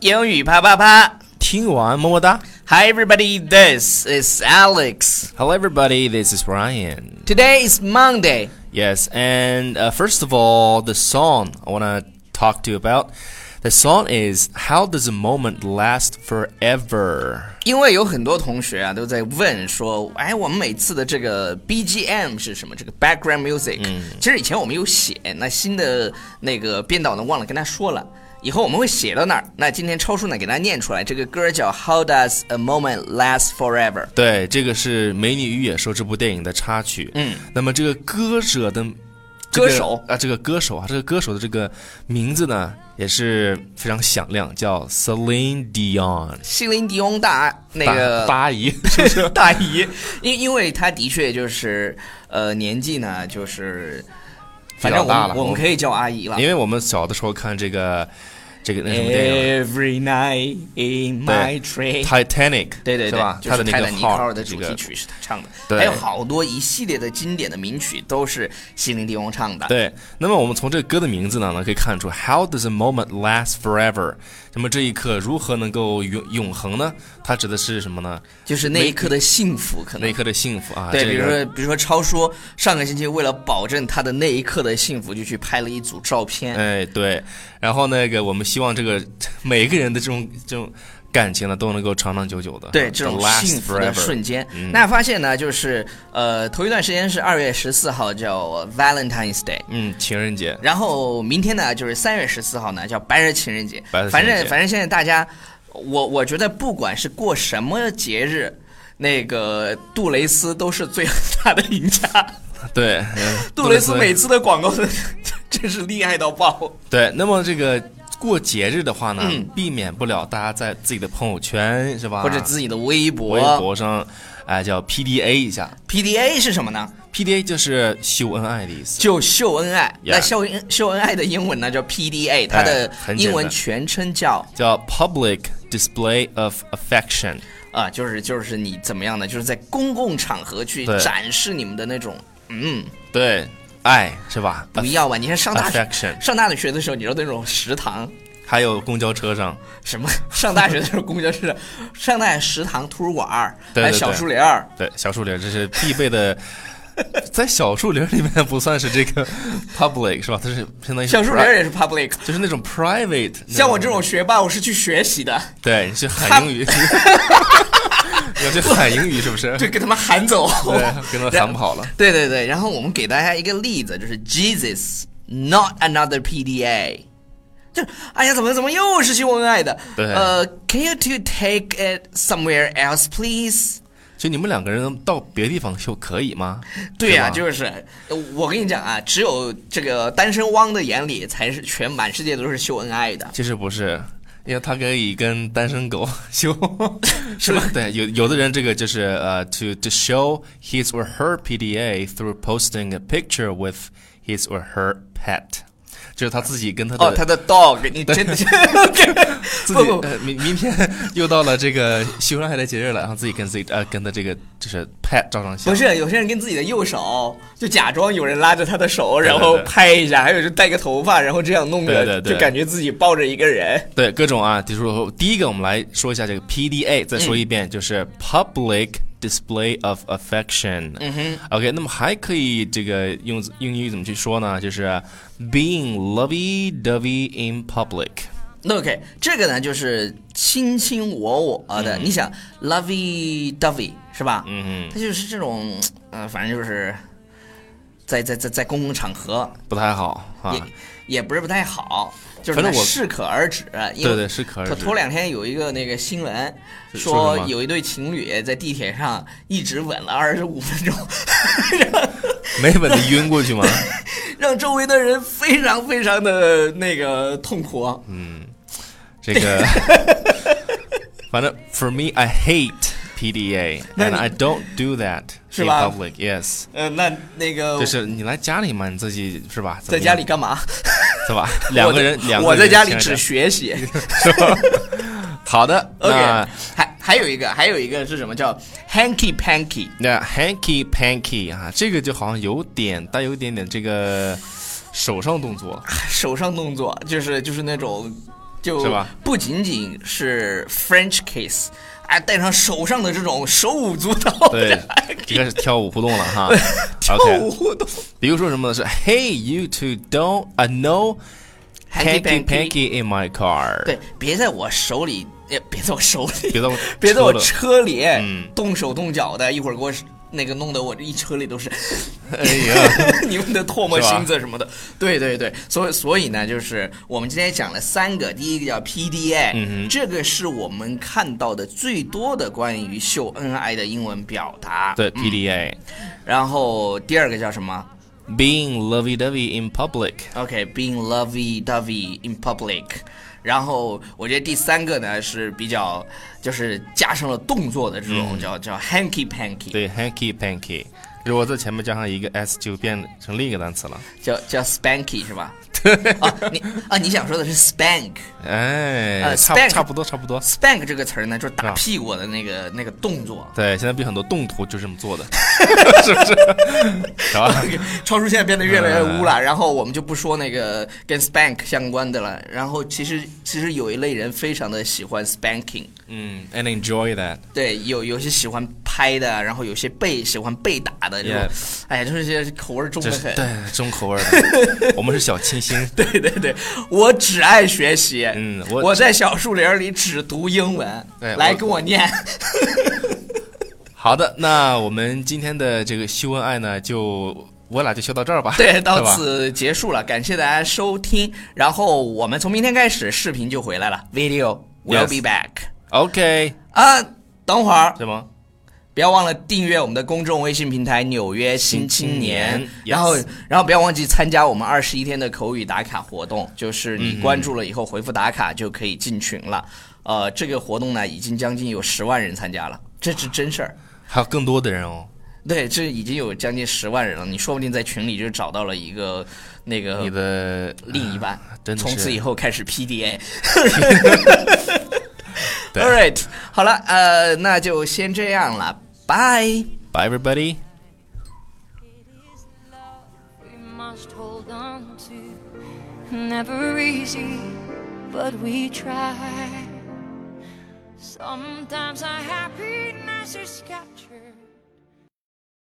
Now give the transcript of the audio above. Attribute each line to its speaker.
Speaker 1: 英语啪啪啪
Speaker 2: 听完么么哒。
Speaker 1: ！Hi everybody, this is Alex.
Speaker 2: Hello, everybody. This is Ryan.
Speaker 1: Today is Monday.
Speaker 2: Yes, and uh, first of all, the song I want to talk to you about. The song is "How Does a Moment Last Forever."
Speaker 1: 因为有很多同学啊都在问说，哎，我们每次的这个 BGM 是什么？这个 background music，、其
Speaker 2: 嗯
Speaker 1: 实以前我们有写，那新的那个编导呢忘了跟他说了，以后我们会写到那儿。那今天超叔呢给大家念出来，这个歌叫 How Does a Moment Last Forever。
Speaker 2: 对，这个是《美女与野兽》这部电影的插曲。
Speaker 1: 嗯，
Speaker 2: 那么这个歌者的、这
Speaker 1: 歌
Speaker 2: 个
Speaker 1: 手
Speaker 2: 啊，这个歌手啊，这个歌手的这个名字呢也是非常响亮，叫 Celine Dion，
Speaker 1: 西林迪翁大那个
Speaker 2: 大大姨。
Speaker 1: 大姨，因因为她的确就是呃年纪呢，就是反正我
Speaker 2: 比较
Speaker 1: 们
Speaker 2: 大了
Speaker 1: 我们
Speaker 2: 我
Speaker 1: 可以叫阿姨了。
Speaker 2: 因为我们小的时候看这个这啊个那什么电影
Speaker 1: Every night in my train，
Speaker 2: Titanic，
Speaker 1: 对对
Speaker 2: 是
Speaker 1: 对
Speaker 2: 吧，？
Speaker 1: 就
Speaker 2: 他
Speaker 1: 是
Speaker 2: 的那
Speaker 1: 泰
Speaker 2: 个
Speaker 1: 坦尼克
Speaker 2: 号
Speaker 1: 号的
Speaker 2: 这
Speaker 1: 主
Speaker 2: 个
Speaker 1: 题曲是她唱的，
Speaker 2: 对
Speaker 1: 还有好多一系列的经典的名曲都是西林迪翁唱的。
Speaker 2: 对，那么我们从这个歌的名字呢，能可以看出 “How does a moment last forever”？那么这一刻如何能够永永恒呢？它指的是什么呢？
Speaker 1: 就是那一刻的幸福，可
Speaker 2: 那
Speaker 1: 能
Speaker 2: 一刻的幸福啊，
Speaker 1: 对，
Speaker 2: 这
Speaker 1: 比如说
Speaker 2: 个
Speaker 1: 比如说超说上个星期为了保证他的那一刻的幸福，就去拍了一组照片。
Speaker 2: 哎，对，然后那个我们希望这个 每个人的这种这种感情呢，都能够长长久久的，
Speaker 1: 对这
Speaker 2: to
Speaker 1: 种
Speaker 2: 啊 last
Speaker 1: 幸福的
Speaker 2: forever 嗯
Speaker 1: 瞬间。那发现呢，就是呃，头一段时间是二月十四号叫 Valentine's Day，
Speaker 2: 嗯，情人节，
Speaker 1: 然后明天呢就是三月十四号呢叫白日情人节。
Speaker 2: 白日情
Speaker 1: 反
Speaker 2: 人节
Speaker 1: 正反正现在大家，我我觉得不管是过什么节日，那个杜蕾斯都是最大的赢 家。
Speaker 2: 对，嗯
Speaker 1: 杜蕾斯每次的广告 真是厉害到爆。
Speaker 2: 对，那么这个。过节日的话呢，避免不了大家在自己的朋友圈是吧，
Speaker 1: 嗯或者自己的微博
Speaker 2: 啊微博上，哎，叫 PDA 一下，
Speaker 1: PDA 是什么呢？
Speaker 2: PDA 就是秀恩爱的意思。
Speaker 1: 就秀恩爱。
Speaker 2: Yeah 哎
Speaker 1: 那秀恩秀恩爱的英文呢叫 PDA，它的
Speaker 2: 很简单
Speaker 1: 英文全称叫
Speaker 2: 叫 public display of affection，
Speaker 1: 啊，就是就是你怎么样呢？就是在公共场合去
Speaker 2: 对
Speaker 1: 展示你们的那种，嗯，
Speaker 2: 对，爱是吧？
Speaker 1: 不要吧？你看上
Speaker 2: 啊
Speaker 1: 大学
Speaker 2: affection
Speaker 1: 上大学的时候，你说那种食堂
Speaker 2: 还有公交车上，
Speaker 1: 什么， 上大学的时候公交车，上大学食堂、图书馆儿，
Speaker 2: 对对
Speaker 1: 还有小
Speaker 2: 对
Speaker 1: 树林儿，
Speaker 2: 对，小树林这是必备的， 在小树林里面不算是这个 public 是吧？它是相当于是
Speaker 1: 小树林儿
Speaker 2: pri-
Speaker 1: 也是 public。
Speaker 2: 就是那种 private，那
Speaker 1: 像我这种学霸，我是去学习的，
Speaker 2: 对，你去喊英语， 你要去喊英语是 不是？
Speaker 1: 就给他们喊走。
Speaker 2: 对，跟他喊跑了。
Speaker 1: 对对对，然后我们给大家一个例子，就是 Jesus not another PDA，就哎呀，怎么怎么又是秀恩爱的？
Speaker 2: 对
Speaker 1: 呃，Can you two take it somewhere else, please？
Speaker 2: 就你们两个人到别地方秀可以吗？
Speaker 1: 对呀、
Speaker 2: 是吧
Speaker 1: 就是呃我跟你讲啊，只有这个单身汪的眼里才是全满世界都是秀恩爱的。
Speaker 2: 其实不是，因为他可以跟单身狗 秀，是吧？对，有有的人这个就是呃、t o to show his or her PDA through posting a picture with his or her pet，就是他自己跟他的。
Speaker 1: 哦，他的 dog，你 真的是
Speaker 2: 自己
Speaker 1: 不不，
Speaker 2: 呃，明明天又到了这个秀恩爱的节日了，然后自己跟自己呃跟他这个就是 pet 照张相，
Speaker 1: 不是有些人跟自己的右手就假装有人拉着他的手，然
Speaker 2: 对
Speaker 1: 后
Speaker 2: 对
Speaker 1: 拍一下，还有就戴个头发，然后这样弄着，
Speaker 2: 对对对
Speaker 1: 就感觉自己抱着一个人。
Speaker 2: 对各种啊，就是说第一个我们来说一下这个 PDA，再说一遍，
Speaker 1: 嗯
Speaker 2: 就是 Public Display of Affection。嗯哼，OK，那么还可以这个用用英语怎么去说呢？就是 Being lovey-dovey in public。
Speaker 1: 那 OK，这个呢就是卿卿我我的，你想 lovey dovey 是吧？
Speaker 2: 嗯
Speaker 1: 它就是这种，呃，反正就是在在在在公共场合
Speaker 2: 哼，不太好啊
Speaker 1: 也、。也不是不太好，就是
Speaker 2: 反正
Speaker 1: 它
Speaker 2: 我
Speaker 1: 适可而止。因为
Speaker 2: 对对适可而止
Speaker 1: 头头两天有一个那个新闻
Speaker 2: 是说
Speaker 1: 说
Speaker 2: 什么
Speaker 1: 有一对情侣在地铁上一直吻了二十五分钟， 让
Speaker 2: 没吻的晕过去吗？
Speaker 1: 让周围的人非常非常的那个痛苦。
Speaker 2: 嗯这个， 反正 For me, I hate PDA
Speaker 1: 那
Speaker 2: and
Speaker 1: 你
Speaker 2: I don't do that
Speaker 1: 是
Speaker 2: in
Speaker 1: 吧
Speaker 2: public. Yes，
Speaker 1: 呃，那那个
Speaker 2: 就是你来家里嘛，你自己是吧？怎
Speaker 1: 在
Speaker 2: 么
Speaker 1: 家
Speaker 2: 样
Speaker 1: 里干嘛？
Speaker 2: 是吧？两个人，两个人
Speaker 1: 我在家里
Speaker 2: 亲爱
Speaker 1: 只
Speaker 2: 的
Speaker 1: 学 习。
Speaker 2: 是吧？好的
Speaker 1: OK，
Speaker 2: 那
Speaker 1: 还还有一个，还有一个是什么叫 hanky panky？
Speaker 2: 那 hanky panky 啊，这个就好像有点带有一点点这个手上动作，
Speaker 1: 手上动作就是就是那种就是
Speaker 2: 吧
Speaker 1: 不仅仅是 French kiss，还带上手上的这种手舞足蹈
Speaker 2: 对
Speaker 1: 的，
Speaker 2: 这个是跳舞互动了哈。
Speaker 1: 跳
Speaker 2: OK，
Speaker 1: 舞活动。
Speaker 2: 比如说什么呢？是 Hey you two don't I know
Speaker 1: Hanky
Speaker 2: hanky
Speaker 1: panky
Speaker 2: panky in my car。
Speaker 1: 对，别在我手里，也别在我手里，
Speaker 2: 别在我
Speaker 1: 别在我
Speaker 2: 车
Speaker 1: 车里，
Speaker 2: 嗯
Speaker 1: 动手动脚的，一会儿给我那个弄得我这一车里都是
Speaker 2: 哎呀，
Speaker 1: 你们的唾沫
Speaker 2: 是吧
Speaker 1: 星子什么的。对对对，所以所以呢，就是我们今天讲了三个，第一个叫 PDA，、这
Speaker 2: 嗯
Speaker 1: 个是我们看到的最多的关于秀恩爱的英文表达。
Speaker 2: 对
Speaker 1: 嗯
Speaker 2: PDA。
Speaker 1: 然后第二个叫什么
Speaker 2: Being lovey-dovey in public，
Speaker 1: ？OK，being、lovey-dovey in public。然后我觉得第三个呢是比较，就是加上了动作的这种、叫叫 hanky panky，
Speaker 2: 嗯对 hanky panky，如果在前面加上一个 s 就变成另一个单词了。
Speaker 1: 叫叫 spanky 是吧？ 啊，你啊你想说的是 spank。
Speaker 2: 哎，
Speaker 1: 呃
Speaker 2: 差
Speaker 1: spank
Speaker 2: 差不多差不多。
Speaker 1: spank 这个词儿呢，就是打
Speaker 2: 啊
Speaker 1: 屁股的那个那个动作。
Speaker 2: 对，现在比很多动图就这么做的，是不是？ 是啊吧？
Speaker 1: 超叔现在变得越来越污
Speaker 2: 呃
Speaker 1: 了，然后我们就不说那个跟 spank 相关的了。然后其实其实有一类人非常的喜欢 spanking，
Speaker 2: 嗯，and enjoy that。
Speaker 1: 对，有有些喜欢拍的，然后有些被喜欢被打的这种
Speaker 2: Yeah
Speaker 1: 哎呀，就是这些口味儿重
Speaker 2: 这
Speaker 1: 的
Speaker 2: 是
Speaker 1: 很。
Speaker 2: 对重口味儿的，我们是小清新。
Speaker 1: 对对对，我只爱学习。
Speaker 2: 嗯
Speaker 1: 我
Speaker 2: 我
Speaker 1: 在小树林里只读英文。
Speaker 2: 对
Speaker 1: 来
Speaker 2: 我
Speaker 1: 跟我念。
Speaker 2: 好的，那我们今天的这个秀恩爱呢，就我俩就秀到这儿吧。
Speaker 1: 对，到
Speaker 2: 是吧
Speaker 1: 此结束了，感谢大家收听。然后我们从明天开始，视频就回来了，video will
Speaker 2: Yes
Speaker 1: be back。
Speaker 2: OK，
Speaker 1: 啊，等会儿
Speaker 2: 是吗？
Speaker 1: 不要忘了订阅我们的公众微信平台《纽约新青年》
Speaker 2: 新青年
Speaker 1: 然后
Speaker 2: yes
Speaker 1: 然后不要忘记参加我们二十一天的口语打卡活动，就是
Speaker 2: 嗯
Speaker 1: 你关注了以后回复打卡就可以进群了。呃，这个活动呢已经将近有十万人参加了，这是真事儿。
Speaker 2: 还有更多的人哦，
Speaker 1: 对，这已经有将近十万人了，你说不定在群里就找到了一个那个
Speaker 2: 你的啊
Speaker 1: 另一半，
Speaker 2: 真的
Speaker 1: 从
Speaker 2: 是
Speaker 1: 此以后开始 PDA。
Speaker 2: 对
Speaker 1: All right，好了，呃，那就先这样了，拜。
Speaker 2: Bye everybody。
Speaker 3: It is love we must hold on to. Never easy, but we try. Sometimes our happiness is captured.